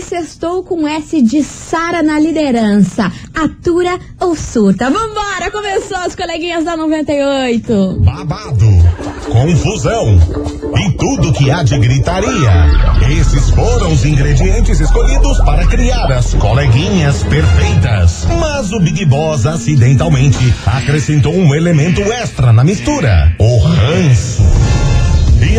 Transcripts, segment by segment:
Sol com S de Sara na liderança. Atura ou surta? Vambora, começou as coleguinhas da 98. Babado, confusão e tudo que há de gritaria. Esses foram os ingredientes escolhidos para criar as coleguinhas perfeitas. Mas o Big Boss acidentalmente acrescentou um elemento extra na mistura: o ranço. E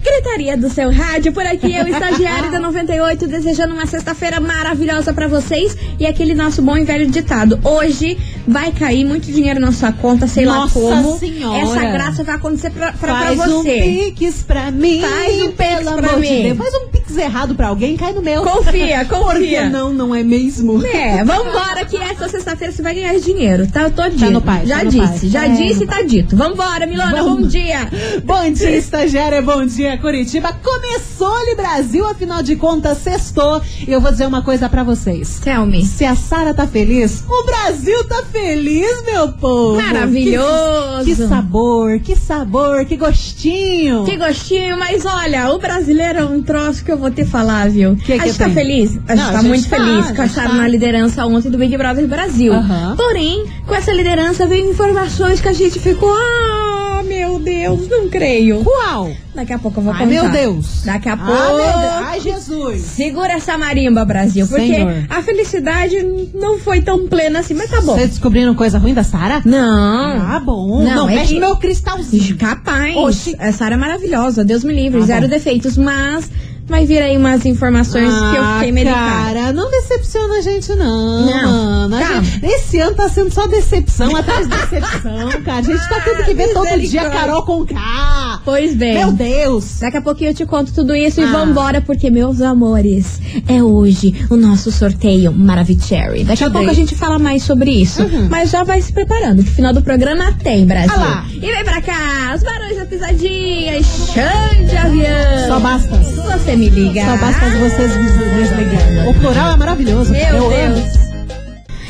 gritaria do seu rádio. Por aqui eu, estagiário da 98, desejando uma sexta-feira maravilhosa para vocês e aquele nosso bom e velho ditado. Hoje vai cair muito dinheiro na sua conta, sei Nossa lá como. Senhora. Essa graça vai acontecer pra, pra, pra Faz um você. pix pra mim. Faz um pix pelo pra amor de mim. Deus. Faz um pix errado pra alguém, cai no meu. Confia, Porque confia. não, não é mesmo? É, vambora que essa sexta-feira você vai ganhar dinheiro, tá? Eu tô dito. no pai, já tá no disse, pai. já É. disse e tá dito. Vambora, Milona, Vamos. bom dia. Bom dia, estagiária. Bom dia, Curitiba. Começou-lhe Brasil, afinal de contas, sextou. E eu vou dizer uma coisa pra vocês. Tell me. Se a Sara tá feliz, o Brasil tá feliz, meu povo. Maravilhoso. Que, que sabor, que sabor, que gostinho. Que gostinho, mas olha, o brasileiro é um troço que eu vou te falar, viu? Que a que gente tá tem? feliz, a gente Não, a tá gente muito tá, feliz a com a gente Sara tá. na liderança ontem do Big Brother Brasil. Aham. Porém, com essa liderança veio informações que a gente ficou, ah, meu Deus, não creio. Qual? Daqui a pouco eu vou Ai, contar. meu Deus. Daqui a pouco. Ai, meu Deus. Ai, Jesus. Segura essa marimba, Brasil, porque Senhor. a felicidade não foi tão plena assim, mas tá bom. Vocês descobriram coisa ruim da Sara? Não. Ah, bom. Não, Não, é mexe que- no meu cristalzinho. Capaz. Oxi. Essa área é maravilhosa, Deus me livre, Tá zero bom. defeitos, mas vai vir aí umas informações que eu fiquei medicada. Ah, cara, não decepciona a gente, não. Não, A calma. gente- esse ano tá sendo só decepção atrás de decepção, cara. A gente tá tendo que ver todo dia Misericórdia. É. Carol com K. Pois bem. Meu Deus. Daqui a pouquinho eu te conto tudo isso e Ah. vambora, porque, meus amores, é hoje o nosso sorteio Maravicherry. Daqui a Tudo pouco a isso. gente fala mais sobre isso, mas já vai se preparando, que final do programa tem, Brasil. Uhum. Ah lá. E vem pra cá, os barões da pisadinha, Xande Avião. Só basta. Você me liga. Só basta vocês desligarem. O plural é maravilhoso. Meu eu Deus. amo.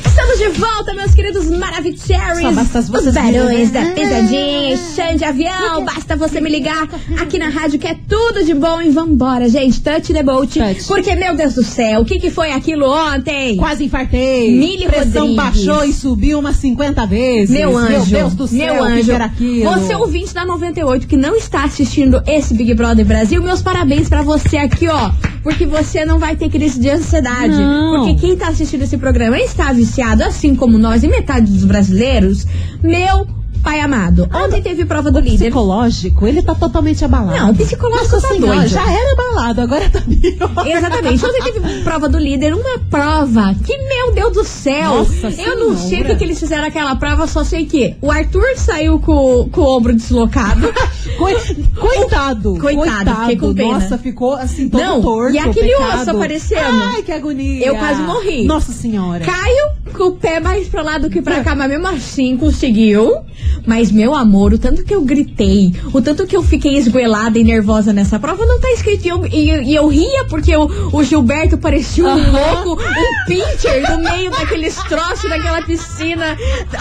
Estamos de volta, meus queridos Maravicheries. Só basta vocês Os barões me da ligarem. pisadinha, Xande Avião. Basta você me ligar aqui na rádio que é tudo de bom. E vambora, gente. Touch the boat. Touch. Porque, meu Deus do céu, o que, que foi aquilo ontem? Quase infartei. Nili Pressão Rodrigues. baixou e subiu umas 50 vezes. Meu anjo, Meu Deus do céu. meu o que anjo, era aquilo? você é um ouvinte da 98 que não está assistindo esse Big Brother Brasil, meus parabéns pra você aqui, ó, porque você não vai ter crise de ansiedade, Não. porque quem tá assistindo esse programa está viciado, assim como nós e metade dos brasileiros, meu pai amado. Ontem teve prova do O líder. psicológico, ele tá totalmente abalado. Não, o psicológico Nossa tá Senhora, doido. Já era abalado, agora tá pior. Exatamente. Ontem teve prova do líder, uma prova que, meu Deus do céu! Nossa eu não sei o Senhora. que, que eles fizeram naquela prova, só sei que o Arthur saiu com, com o ombro deslocado. Coi- Coitado. Coitado, fiquei com pena. Nossa, ficou assim, todo Não, torto. e aquele pecado. osso aparecendo. Ai, que agonia. Eu quase morri. Nossa senhora. É. Caio com o pé mais pra lá do que pra cá, mas mesmo assim conseguiu. Mas, meu amor, o tanto que eu gritei, o tanto que eu fiquei esguelada e nervosa nessa prova, não tá escrito. E eu, e- e eu ria porque o, o Gilberto parecia um louco, um pincher no meio daqueles troços daquela piscina.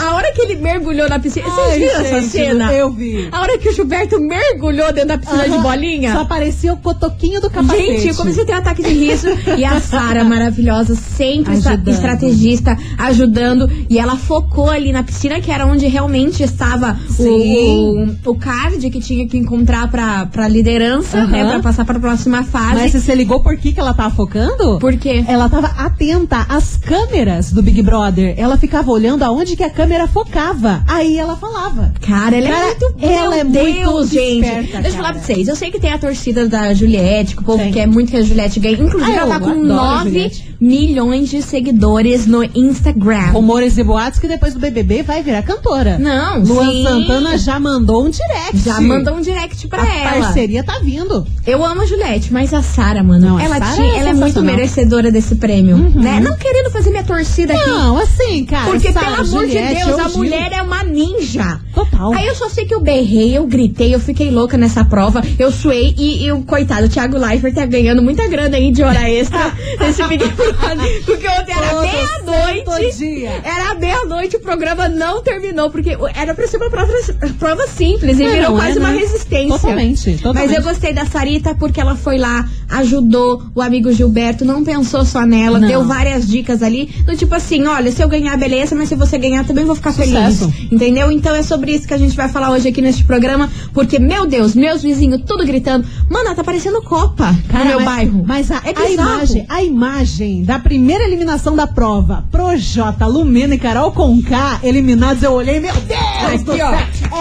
A hora que ele mergulhou na piscina. Vocês Ai, viram essa gente, cena? Eu vi. A hora que o Gilberto mergulhou dentro da piscina de Aham. bolinha. Só apareceu o cotoquinho do capacete. Gente, eu comecei a ter um ataque de riso. e a Sara, maravilhosa, sempre estra- Ajudando. estrategista, ajudando. E ela focou ali na piscina, que era onde realmente estava o, Sim. o, o card que tinha que encontrar pra, pra liderança, Aham. né? Pra passar pra próxima fase. Mas você ligou por que que ela tava focando? Por quê? Ela tava atenta às câmeras do Big Brother. Ela ficava olhando aonde que a câmera focava. Aí ela falava. Cara, ela é Cara, muito. ela meu é Deus, muito gente. esperta, Deixa eu falar cara. pra vocês. Eu sei que tem a torcida da Juliette, que o povo Tem. quer muito que a Juliette ganhe. Inclusive, Ah, eu ela tá com adoro a 9 Juliette. milhões de seguidores no Instagram. Rumores e boatos que depois do BBB vai virar cantora. Não, Luan sim. Santana já mandou um direct. Já mandou um direct pra A ela. parceria tá vindo. Eu amo a Juliette, mas a Sara, mano, Não, a ela, Sara tinha- ela é é muito sensacional. Uhum. merecedora desse prêmio, né? Não querendo fazer minha torcida aqui. Não, assim, cara. Porque, sabe, pelo amor Juliette, de Deus, eu a digo. mulher é uma ninja. Total. Aí eu só sei que eu berrei, eu gritei, eu fiquei louca nessa prova, eu suei e, e o coitado, o Thiago Leifert tá ganhando muita grana aí de hora extra nesse Big Brother. Porque ontem era Todo santo meia-noite. dia. Era meia-noite, o programa não terminou, porque era pra ser uma prova, prova simples e É, virou não é, quase uma né? resistência. Totalmente, totalmente. Mas eu gostei da Sarita porque ela foi lá, ajudou o amigo Gilberto, não pensou só nela, Não. deu várias dicas ali, do tipo assim, olha, se eu ganhar, beleza, mas se você ganhar também vou ficar Sucesso. feliz. Entendeu? Então é sobre isso que a gente vai falar hoje aqui neste programa, porque, meu Deus, meus vizinhos tudo gritando, mano, tá parecendo Copa Cara, no meu mas, bairro. Mas a, é a bizarro. imagem, a imagem da primeira eliminação da prova, Projota, Lumena e Carol Conká eliminados, eu olhei, meu Deus Aqui, do céu,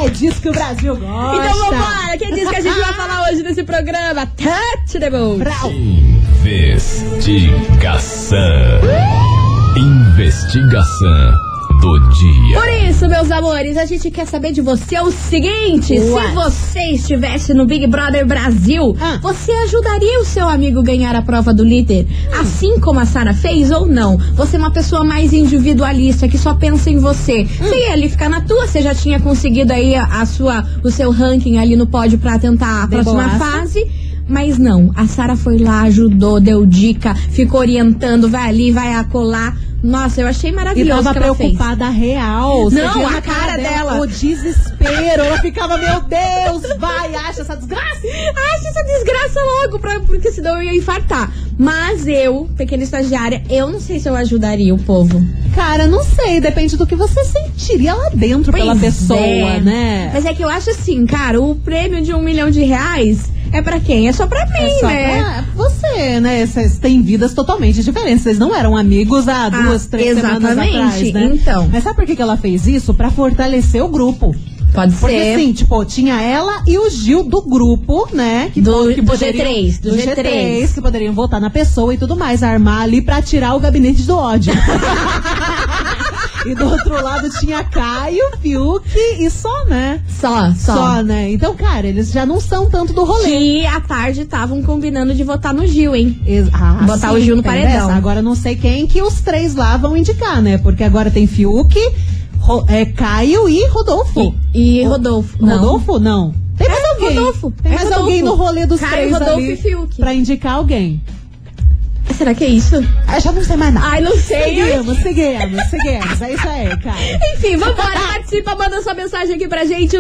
é disso que o Brasil gosta. Então vambora, quem disse que a gente vai falar hoje nesse programa? Touch the boat. Brau. Investigação. Investigação do dia. Por isso, meus amores, a gente quer saber de você o seguinte: What? se você estivesse no Big Brother Brasil, Ah. você ajudaria o seu amigo ganhar a prova do líder, Hum. assim como a Sara fez ou não? Você é uma pessoa mais individualista que só pensa em você. Hum. Você ia ali ficar na tua, você já tinha conseguido aí a, a sua, o seu ranking ali no pódio pra tentar a próxima Debolaça. fase. Mas não, a Sara foi lá, ajudou, deu dica, ficou orientando, vai ali, vai acolá. Nossa, eu achei E maravilhoso tava o que ela fez. preocupada real. Você Não, viu a na cara dela. O desespero. Ela ficava, meu Deus, vai, acha essa desgraça. Acha essa desgraça logo, pra- porque senão eu ia infartar. Mas eu, pequena estagiária, eu não sei se eu ajudaria o povo. Cara, não sei, depende do que você sentiria lá dentro pela Pois pessoa, é. né? Mas é que eu acho assim, cara, o prêmio de um milhão de reais é pra quem? É só pra mim, É só né? pra você, né? Vocês têm vidas totalmente diferentes. Vocês não eram amigos há duas, três semanas exatamente. atrás, né? Então. Mas sabe por que que ela fez isso? Pra fortalecer o grupo. Pode Porque ser. assim, tipo, tinha ela e o Gil do grupo, né? Que, Do- po- que do poderiam- G3, do G3, G3, Que poderiam votar na pessoa e tudo mais. Armar ali pra tirar o gabinete do ódio. e do outro lado tinha Caio, Fiuk e só, né? Só, só. Só, né? Então, cara, eles já não são tanto do rolê. Que à tarde estavam combinando de votar no Gil, hein? Ex- ah, Botar o Gil no tem paredão. dessa. Agora não sei quem que os três lá vão indicar, né? Porque agora tem Fiuk, Ro- é, Caio e Rodolfo. E, e Rodolfo. Não. Rodolfo? Não. Tem mais alguém. Rodolfo. Tem É mais Rodolfo. alguém no rolê dos Caio, três Rodolfo ali e Fiuk. Pra indicar alguém. Será que é isso? Ah, já não sei mais nada. Ai, não sei. Seguimos, seguimos, seguimos. É isso aí, cara. Enfim, vambora, participa, manda sua mensagem aqui pra gente,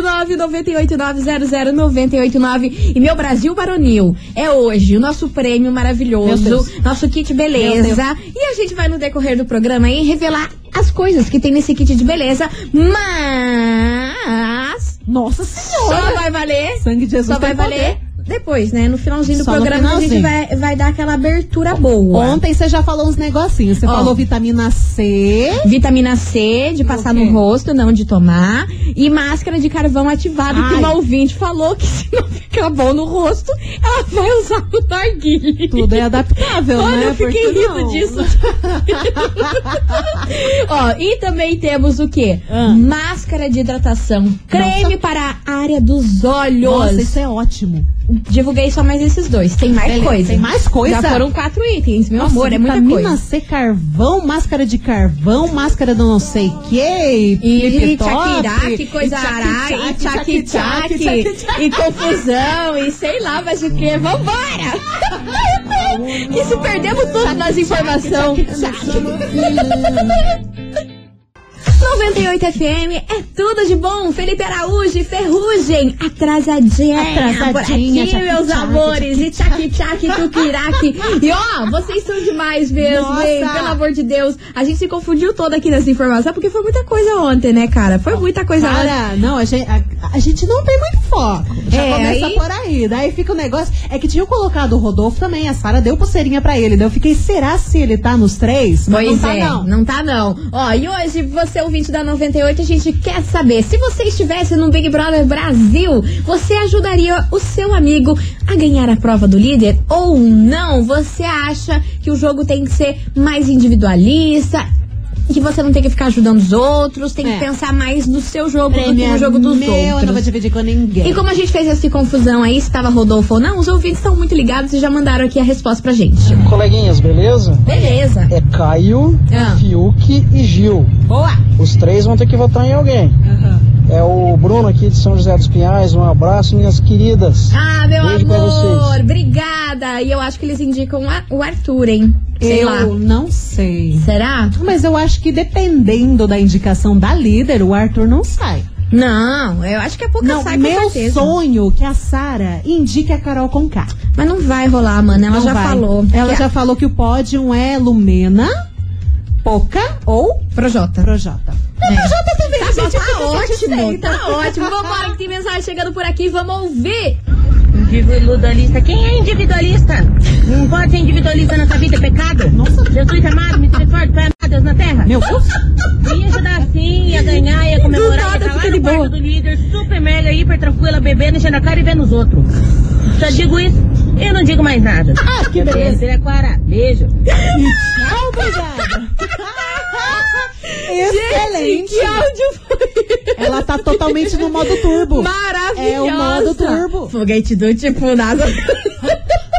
998900989. E meu Brasil Baronil, é hoje o nosso prêmio Meu maravilhoso, Deus. nosso kit beleza. E a gente vai no decorrer do programa aí revelar as coisas que tem nesse kit de beleza, mas Nossa só senhora. vai valer, Sangue de Jesus só vai tem poder. valer depois, né? No finalzinho do Só no programa a gente finalzinho. vai, vai dar aquela abertura boa. Ontem você já falou uns negocinhos. Você Ó. falou vitamina C. Vitamina C, de passar quê? no rosto, não de tomar. E máscara de carvão ativado, que Ai. uma ouvinte falou que se não ficar bom no rosto, ela vai usar o narguile. Tudo é adaptável, Olha, né? eu fiquei Porque rindo não. disso. Ó, e também temos o quê? Ah. Máscara de hidratação. Creme para a área dos olhos. Nossa, isso é ótimo. Divulguei só mais esses dois. Tem mais Beleza, coisa. tem mais coisa? Já foram quatro itens, meu Nossa, amor. É muita vitamina coisa. C, carvão, máscara de carvão, máscara do não sei o que, E flip top, tchaquirá, que coisa e ará, tchaki-tchaki, e tchaki-tchaki, tchaki-tchaki, tchaki-tchaki. e confusão, e sei lá mais o que. Vambora! Isso, perdemos tudo nas informações. 98 FM é tudo de bom. Felipe Araújo, e Ferrugem, atrasadinha. Atrasadinha, por aqui, tchac, meus tchac, amores. E tchac tchac, kukiraki. E ó, vocês são demais mesmo, Nossa. hein? Pelo amor de Deus. A gente se confundiu toda aqui nessa informação, porque foi muita coisa ontem, né, cara? Foi muita coisa ontem. Cara, não, a gente, a- a gente não tem muito foco. Já É, começa aí- por aí. Daí fica o negócio. É que tinham colocado o Rodolfo também, a Sara deu pulseirinha pra ele. Daí eu fiquei, será se ele tá nos três? Mas Pois não tá, é, não. não tá não. Ó, e hoje, você ouvinte da 98, a gente quer saber, se você estivesse no Big Brother Brasil, você ajudaria o seu amigo a ganhar a prova do líder ou não? Você acha que o jogo tem que ser mais individualista? que você não tem que ficar ajudando os outros, tem É. que pensar mais no seu jogo do que Prêmio é no um jogo dos meu, outros. eu não vou dividir com ninguém. E como a gente fez essa confusão aí, se tava Rodolfo ou não, os ouvintes estão muito ligados e já mandaram aqui a resposta pra gente. Coleguinhas, beleza? Beleza. É Caio, Ah. Fiuk e Gil. Boa. Os três vão ter que votar em alguém. É o Bruno aqui de São José dos Pinhais. Um abraço, minhas queridas. Ah, meu Beijo pra amor, vocês. obrigada. E eu acho que eles indicam a- o Arthur, hein? Sei eu lá. não sei. Será? Mas eu acho que dependendo da indicação da líder, o Arthur não sai. Não, eu acho que a pouca não, sai com meu certeza. sonho que a Sara indique a Carol Conká. Mas não vai rolar, mano. Ela Não já vai. falou. Ela Que é já falou que o pódio é Lumena, Poca ou a- Projota. Projota. Projota também, Tá, bom, tá ótimo, tá ótimo. Vambora, que tem mensagem chegando por aqui, vamos ouvir. Individualista. Quem é individualista? Não pode ser individualista na sua vida, é pecado. Nossa. Jesus é amado, misericórdia, Pai amado, Deus na terra. Meu Deus. Ia ajudar assim, ia ganhar, ia comemorar, nada, ia estar fica lá de no boa. quarto do líder, super mega, hiper tranquila, bebendo, enchendo a cara e vendo os outros. Só digo isso e não digo mais nada. Ah, que beleza. Beijo. Obrigada. Excelente. Que áudio Ela tá totalmente no modo turbo. maravilhoso. É o modo turbo. Foguete do tipo nada.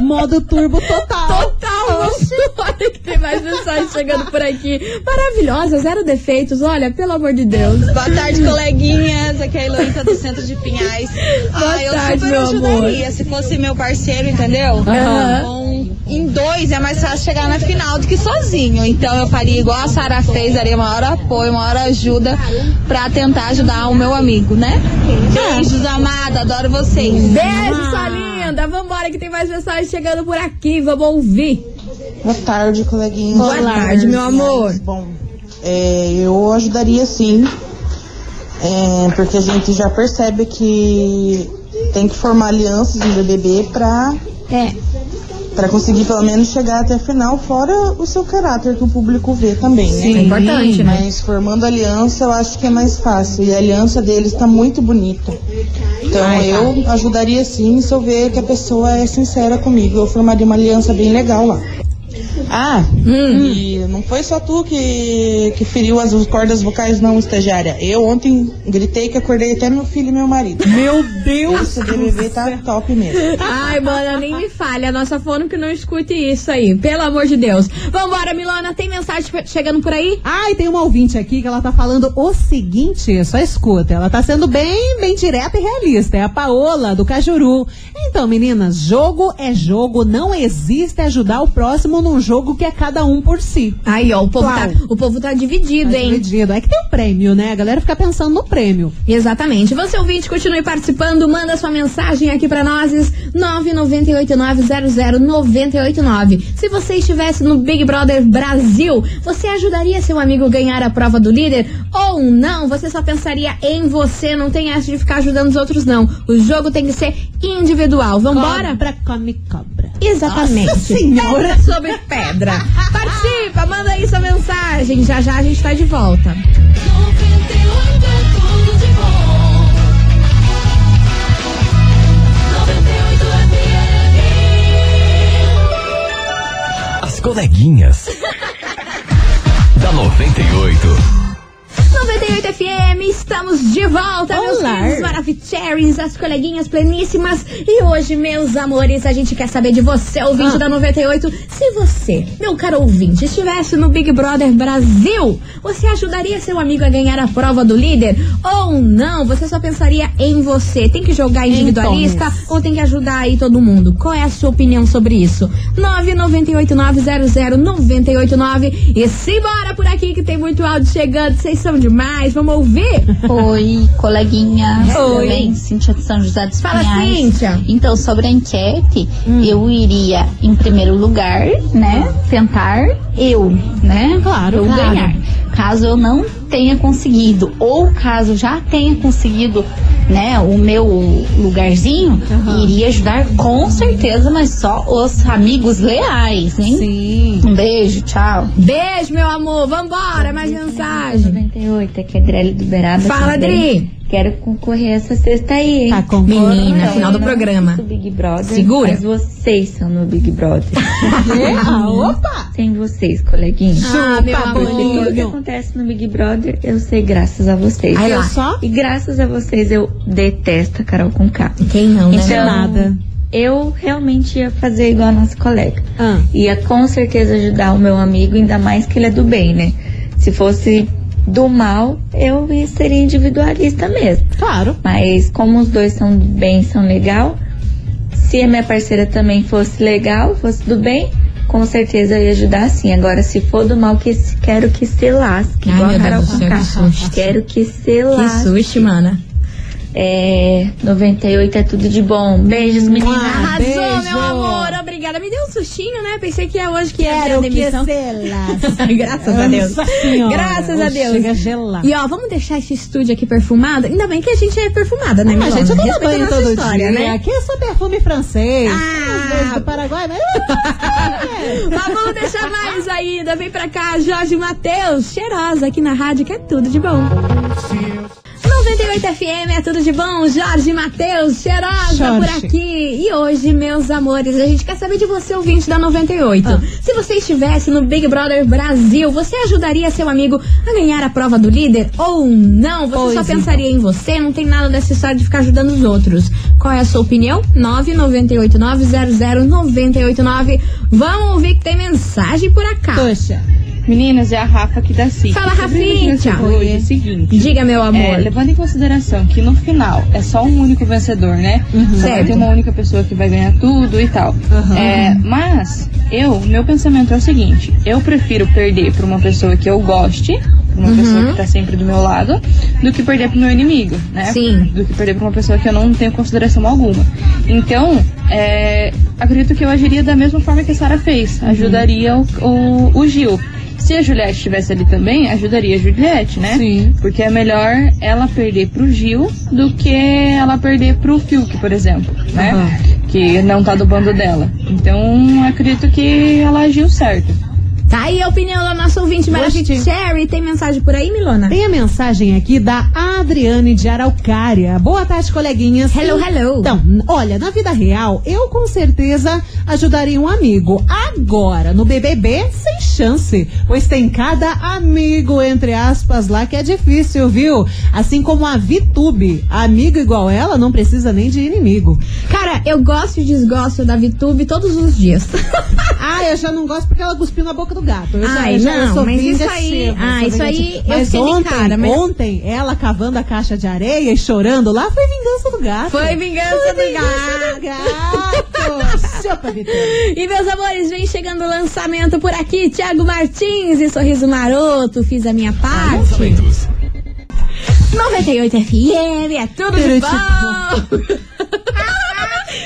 Modo turbo total. Total, olha que tem mais mensagem chegando por aqui. Maravilhosa, zero defeitos, olha, pelo amor de Deus. Boa tarde, coleguinhas. Aqui é a Heloísa do Centro de Pinhais. Boa ah, eu tarde, super meu ajudaria se fosse meu parceiro, entendeu? Aham. Um- em dois é mais fácil chegar na final do que sozinho. Então eu faria igual a Sara fez, daria maior apoio, maior ajuda pra tentar ajudar o meu amigo, né? Beijos, amada. Adoro vocês. Beijo, Ah. sua linda. Vambora que tem mais mensagem chegando por aqui, vamos ouvir. Boa tarde, coleguinha. Boa tarde, meu amor. Bom, é, eu ajudaria sim, é, porque a gente já percebe que tem que formar alianças no BBB pra, pra conseguir pelo menos chegar até a final, fora o seu caráter que o público vê também, né? É importante, né? Mas formando aliança eu acho que é mais fácil. E a aliança deles tá muito bonita. Então eu ajudaria sim se eu ver que a pessoa é sincera comigo. Eu formaria uma aliança bem legal lá. Ah, e não foi só tu que, que feriu as cordas vocais, não, estagiária. Eu ontem gritei que acordei até meu filho e meu marido. Meu Deus. Esse BBB tá top mesmo. Ai, mano, nem me falha. A nossa fono que não escute isso aí. Pelo amor de Deus. Vambora, Milona. Tem mensagem pe- chegando por aí? Ai, tem uma ouvinte aqui que ela tá falando o seguinte, só escuta, ela tá sendo bem, bem direta e realista. É a Paola do Cajuru. Então, meninas, jogo é jogo, não existe ajudar o próximo num jogo que é cada um por si. Aí, ó, o povo, tá, Uau. o povo tá dividido, Tá hein? dividido. É que tem o prêmio, né? A galera fica pensando no prêmio. Exatamente. Você ouvinte, continue participando, manda sua mensagem aqui pra nós, 998900989. Se você estivesse no Big Brother Brasil, você ajudaria seu amigo a ganhar a prova do líder? Ou não? Você só pensaria em você, não tem essa de ficar ajudando os outros, não. O jogo tem que ser individual. Vambora? Cobra, come cobra. Exatamente. Nossa Senhora. Pedra sobre pedra. Participa, manda aí sua mensagem. Já já a gente tá de volta. As coleguinhas. da 98. 98 FM, estamos de volta, meus Olá. queridos maravicherrys, as coleguinhas pleníssimas. E hoje, meus amores, a gente quer saber de você, ouvinte Ah. da 98. Se você, meu caro ouvinte, estivesse no Big Brother Brasil, você ajudaria seu amigo a ganhar a prova do líder? Ou não? Você só pensaria em você. Tem que jogar individualista ou tem que ajudar aí todo mundo? Qual é a sua opinião sobre isso? 998900989 e simbora por aqui que tem muito áudio chegando, vocês são demais, vamos ouvir? Oi, coleguinhas. Oi. Tudo bem? Cíntia de São José dos Fala, Pinhais. Cíntia. Hum. Então, sobre a enquete, eu iria, em primeiro lugar, né, tentar eu, né? Claro, eu claro. ganhar. Caso eu não tenha conseguido, ou caso já tenha conseguido, né, o meu lugarzinho, Aham. iria ajudar com certeza, mas só os amigos leais, hein? Sim. Um beijo, tchau. Beijo, meu amor, vambora, mais mensagem. 98, aqui é Adriele do Beirada. Fala, Adri. Quero concorrer essa sexta aí, hein? Tá com Menina, né? final do Eu não programa. assisto Big Brother, Segura. É? Mas vocês são no Big Brother. Ah, opa! voto é em vocês, coleguinhas. Ah, meu Porque tudo que amorzinho. acontece no Big Brother, eu sei graças a vocês. Aí eu lá. só? E graças a vocês eu detesto a Carol Conká. Quem não, né? Então, Eu realmente ia fazer igual a nossa colega. Ah, Ia com certeza ajudar o meu amigo, ainda mais que ele é do bem, né? Se fosse do mal, eu ia- seria individualista mesmo. Claro. Mas como os dois são do bem, são legal, se a minha parceira também fosse legal, fosse do bem, com certeza eu ia ajudar sim. Agora, se for do mal, que se- quero que se lasque. Ai, igual a meu Carol Deus do céu, Conká. que susto. Quero que se Que lasque. susto, mana. É, 98 é tudo de bom. Beijos, Um meninas. Arrasou, meu amor. Obrigada. Me deu um sustinho, né? Pensei que hoje que ia ter a Quero que demissão. se lasque. Graças a Deus. Nossa Senhora. Graças a Deus. Chega a gelar. E ó, vamos deixar esse estúdio aqui perfumado? Ainda bem que a gente é perfumada, né, Ah, Milona? gente, eu tomo Respeita a banho nossa todo história, dia. né? Aqui é só perfume francês. Ah. Os dois do Paraguai, mas... ah, Mas vamos deixar mais ainda. Vem pra cá, Jorge Matheus, cheirosa aqui na rádio, que é tudo de bom. 98 FM, é tudo de bom. Jorge Matheus, cheirosa Jorge. por aqui. E hoje, meus amores, a gente quer saber de você, ouvinte da 98. Se você estivesse no Big Brother Brasil, você ajudaria seu amigo a ganhar a prova do líder ou não? Você só pensaria em você, não tem nada dessa história de ficar ajudando os outros. Qual é a sua opinião? 998900989. Vamos ouvir que tem mensagem por acá. Poxa. Meninas, é a Rafa aqui da CIC. Eu Fala, queria Rafinha. dizer hoje o seguinte. Diga, meu amor. É, levando em consideração que no final é só um único vencedor, né? Uhum. Só vai Certo. ter uma única pessoa que vai ganhar tudo e tal. É, mas eu, meu pensamento é o seguinte: eu prefiro perder pra uma pessoa que eu goste, pra uma pessoa que tá sempre do meu lado, do que perder pro meu inimigo, né? Sim. Do que perder pra uma pessoa que eu não tenho consideração alguma. Então, é, acredito que eu agiria da mesma forma que a Sara fez. Ajudaria o, o, o Gil. Se a Juliette estivesse ali também, ajudaria a Juliette, né? Sim. Porque é melhor ela perder pro Gil do que ela perder pro Fiuk, por exemplo, né? Que não tá do bando dela. Então, acredito que ela agiu certo. Tá aí a opinião da nossa ouvinte, Maravilha Gostei. Cherry. Tem mensagem por aí, Milona? Tem a mensagem aqui da Adriane de Araucária. Boa tarde, coleguinhas. Hello, hello. Então, olha, na vida real, eu com certeza ajudaria um amigo. Agora, no BBB, sem chance. Pois tem cada amigo, entre aspas, lá que é difícil, viu? Assim como a Vitube. Amigo igual ela não precisa nem de inimigo. Cara, eu gosto e desgosto da VTube todos os dias. Ah, eu já não gosto porque ela cuspiu na boca do gato. Eu já- Ai, eu já, eu não, sou mas isso vingativa, aí- eu sou ah, isso aí vingativa. eu Mas fiquei de ontem, cara, mas- ontem, ela cavando a caixa de areia e chorando lá, foi vingança do gato. Foi vingança do gato. do gato. Chupa, Vitor. E meus amores, vem chegando o lançamento por aqui. Thiago Martins e Sorriso Maroto, fiz a minha parte. Lançamentos. 98 FM, é tudo de Tudo de bom.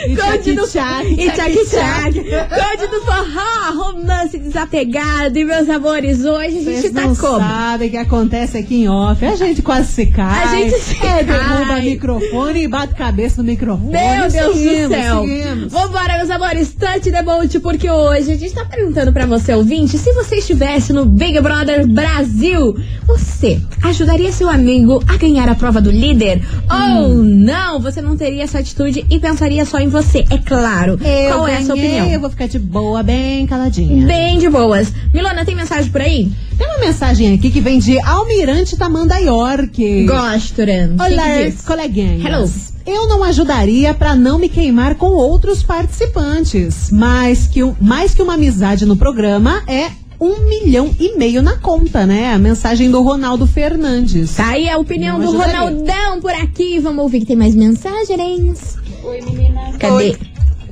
E Conde do tchac-tchac. e tchac tchac. Conde do forró, romance desapegado. E meus amores, hoje a gente Vocês tá não como? sabem o que acontece aqui em off. A gente quase se cai. A gente se é, derruba cai. microfone e bate cabeça no microfone. Meu Deus Seguimos, do céu! seguimos. Vambora, meus amores, Touch the Bolt, porque hoje a gente tá perguntando pra você, ouvinte, se você estivesse no Big Brother Brasil, você ajudaria seu amigo a ganhar a prova do líder? Ou Hum. não, você não teria essa atitude e pensaria só em você, é claro. Eu Qual é a sua ganhei, Eu opinião? vou ficar de boa, bem caladinha. Bem de boas. Milona, tem mensagem por aí? Tem uma mensagem aqui que vem de Almirante da Mandaiorque. Gosto, Ren. Olá, Que que diz? coleguinhas. Hello. Eu não ajudaria pra não me queimar com outros participantes, mas que um- mais que uma amizade no programa é um milhão e meio na conta, né? A mensagem do Ronaldo Fernandes. Tá aí a opinião Não do ajudaria. Ronaldão por aqui. Vamos ouvir que tem mais mensagens. Cadê?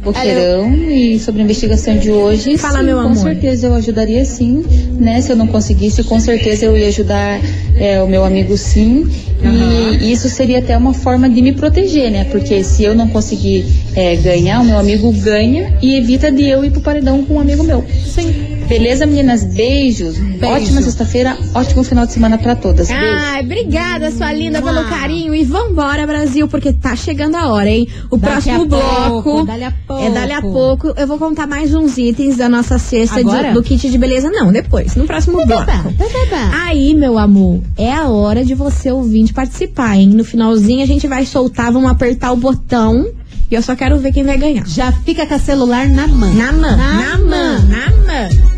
Boqueirão e sobre a investigação de hoje. é Fala, sim, meu com amor. certeza eu ajudaria sim, né? Se eu não conseguisse, com certeza eu ia ajudar é, o meu amigo sim. E isso seria até uma forma de me proteger, né? Porque se eu não conseguir é, ganhar, o meu amigo ganha e evita de eu ir pro paredão com um amigo meu. Sim. Beleza, meninas? Beijos. Ótima sexta-feira, ótimo final de semana pra todas. Beijo. Ai, obrigada, sua linda, pelo carinho. E vambora, Brasil, porque tá chegando a hora, hein? O Daqui a próximo bloco. pouco, dali a pouco. É dali a pouco. Eu vou contar mais uns itens da nossa cesta de- Agora? Então do kit de beleza. Não, depois. No próximo Tá, bloco. Bebê. Aí, meu amor, é a hora de você ouvinte participar, hein? No finalzinho a gente vai soltar, vamos apertar o botão. E eu só quero ver quem vai ganhar. Já fica com o celular na mão. Na mão, na mão, na mão.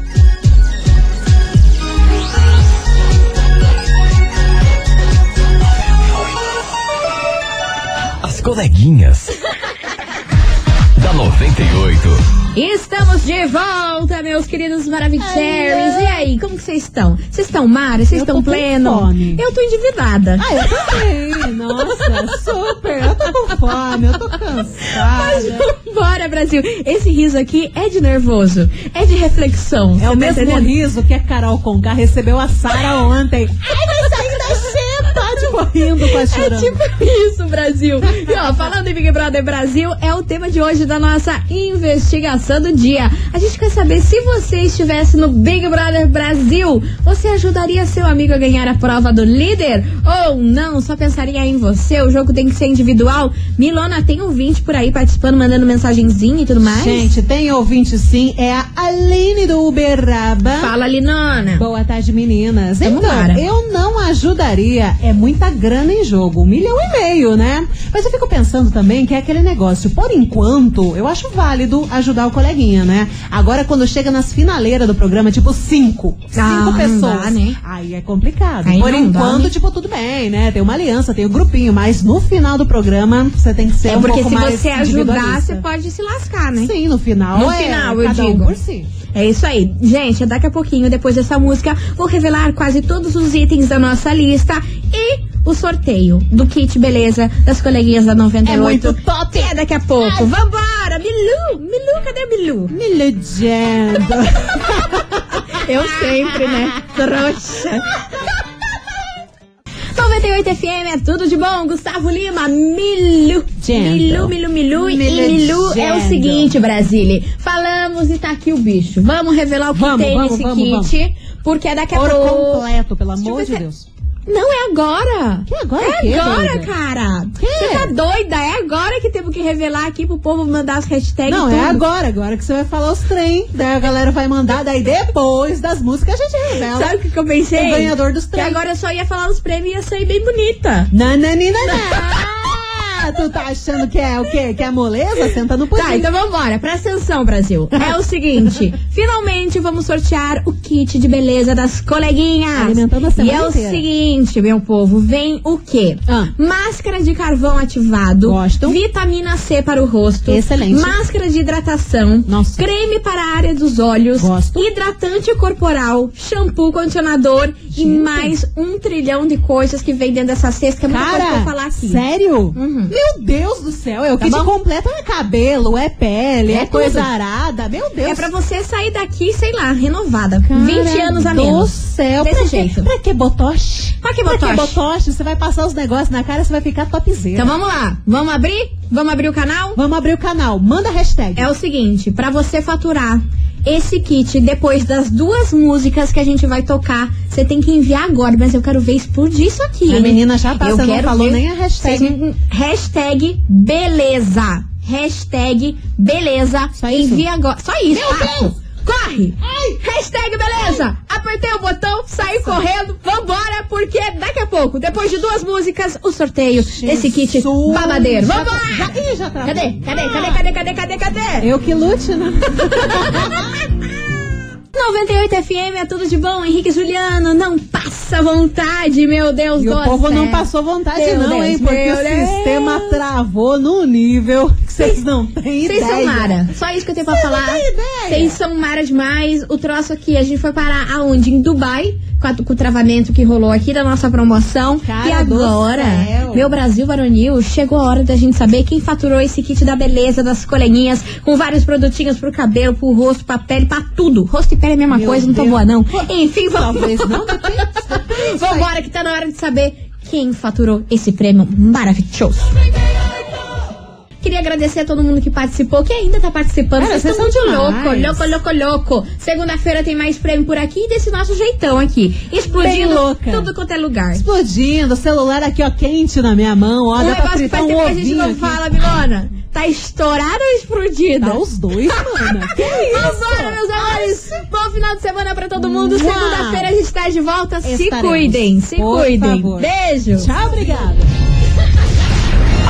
Estamos de volta, meus queridos maravilhosos. E aí, como que vocês estão? Vocês estão mara? Vocês Eu estão tô com pleno? fome. Eu tô endividada. Ah, eu também. Nossa, super. Eu tô com fome, eu tô cansada. Mas bora, Brasil. Esse riso aqui é de nervoso, é de reflexão. tá É o mesmo riso que a Carol Conká recebeu a Sara ontem. Ai, mas ainda chega! Tipo, rindo com a É chorando. tipo isso, Brasil. E ó, falando em Big Brother Brasil, é o tema de hoje da nossa investigação do dia. A gente quer saber se você estivesse no Big Brother Brasil, você ajudaria seu amigo a ganhar a prova do líder? Ou não, só pensaria em você? O jogo tem que ser individual? Milona, tem ouvinte por aí participando, mandando mensagenzinha e tudo mais? Gente, tem ouvinte sim, é a Aline do Uberaba. Fala, Linona. Boa tarde, meninas. Então, então, bora. eu não ajudaria. É muita grana em jogo, um milhão e meio, né? Mas eu fico pensando também que é aquele negócio. Por enquanto, eu acho válido ajudar o coleguinha, né? Agora, quando chega nas finaleiras do programa, tipo cinco. Ah, cinco não pessoas. dá, né? Aí é complicado. Aí Por não dá, enquanto, né? tipo, tudo bem, né? Tem uma aliança, tem o um grupinho, mas no final do programa, você tem que ser É um porque pouco se mais você ajudar, individualista. você pode se lascar, né? Sim, no final. No é final, eu cada um digo. por si. É isso aí. Gente, daqui a pouquinho, depois dessa música, vou revelar quase todos os itens da nossa lista e o sorteio do kit beleza das coleguinhas da 98. É muito top! É daqui a pouco. Vambora! Milu! Milu, cadê Milu? Milhudendo. Eu sempre, né? Trouxa. 98 FM é tudo de bom. Gustavo Lima, Milu. Milu, Gendo. Milu, Milu. E Milu Milu é o Gendo. seguinte, Brasília. Falamos e tá aqui o bicho. Vamos revelar o que Vamos, tem vamos, nesse vamos, kit. Porque é daqui a Ouro pouco. completo, pelo amor Deixa de eu ver é- Deus. Não, é agora. Que agora É o quê, agora, doida? cara. Você tá doida? É agora que temos que revelar aqui pro povo mandar as hashtags. Não, e é tudo. agora, agora que você vai falar os trem. Daí a galera vai mandar, daí depois das músicas a gente revela. Sabe o que, que eu pensei? O ganhador dos Que trem. agora eu só ia falar os prêmios e ia sair bem bonita. Nananina. Ah, tu tá achando que é o quê? Que é moleza? Senta no pudim. Tá, então vambora. Presta atenção, Brasil. É o seguinte: finalmente vamos sortear o kit de beleza das coleguinhas. Alimentando a semana E é inteira. o seguinte, meu povo: vem o quê? Ah. Máscara de carvão ativado. Gosto. Vitamina C para o rosto. Excelente. Máscara de hidratação. Nossa. Creme para a área dos olhos. Gosto. Hidratante corporal. Shampoo, condicionador. E mais um trilhão de coisas que vem dentro dessa cesta que é muita coisa pra Cara, eu falar aqui. sério? Uhum. Meu Deus do céu, é o Tá kit bom? completo, é cabelo, é pele, é, É coisa tudo. arada, meu Deus. É pra você sair daqui, sei lá, renovada. Cara 20 anos a Do menos. céu, Desse pra Que, jeito. pra que botox? Pra que Pra que botox? botox? Você vai passar os negócios na cara e você vai ficar topzera. Então vamos lá. Vamos abrir? Vamos abrir o canal? Vamos abrir o canal, manda a hashtag. É o seguinte, pra você faturar esse kit depois das duas músicas que a gente vai tocar, você tem que enviar agora, mas eu quero ver explodir isso aqui. A hein? menina já passa, eu não quero falou ver- nem a hashtag. Vocês não- Hashtag beleza. Hashtag beleza. Só isso? Envia agora. Só isso. rápido. Corre! Hashtag beleza! Apertei o botão, saí correndo, vambora, porque daqui a pouco, depois de duas músicas, o sorteio desse kit Jesus. babadeiro. Já- Vambora! já- Ih, já travou. Cadê? Cadê? Cadê? Cadê? Cadê? Cadê? Cadê? Eu que lute, né? 98 FM é tudo de bom, Henrique e Juliano, não passa vontade, meu Deus E do o povo céu. não passou vontade, é. Meu não, Deus, hein? Porque meu o Deus. sistema travou num nível que vocês não têm Vocês ideia. são Mara. Só isso que eu tenho pra Vocês não falar. têm ideia. Vocês são Mara demais. O troço aqui, a gente foi parar aonde? Em Dubai, com, a- com o travamento que rolou aqui da nossa promoção. Cara e do agora, céu. meu Brasil Varonil, chegou a hora da gente saber quem faturou esse kit da beleza das coleguinhas, com vários produtinhos pro cabelo, pro rosto, pra pele, pra tudo. Rosto e pele é a mesma Meu coisa, não tô Deus. boa, não. Enfim, vamos. Talvez não, mas tem- Vambora, que tá na hora de saber quem faturou esse prêmio maravilhoso. Queria agradecer a todo mundo que participou, que ainda tá participando. Cara, Vocês vocês estão muito são louco, demais. louco, louco, louco. Segunda-feira tem mais prêmio por aqui e desse nosso jeitão aqui. Explodindo Bem louca. tudo quanto é lugar. Explodindo, o celular aqui, ó, quente na minha mão. Um Ó, dá pra negócio que fritar faz um tempo que a gente ovinho não aqui. fala, Milona. Tá estourada ou explodida? Dá os dois, mano. Que isso? Vambora, meus amores. Bom final de semana pra todo mundo. Mua. Segunda-feira a gente tá de volta. Se Estaremos. cuidem, se Por cuidem. favor. Beijo. Tchau, obrigada.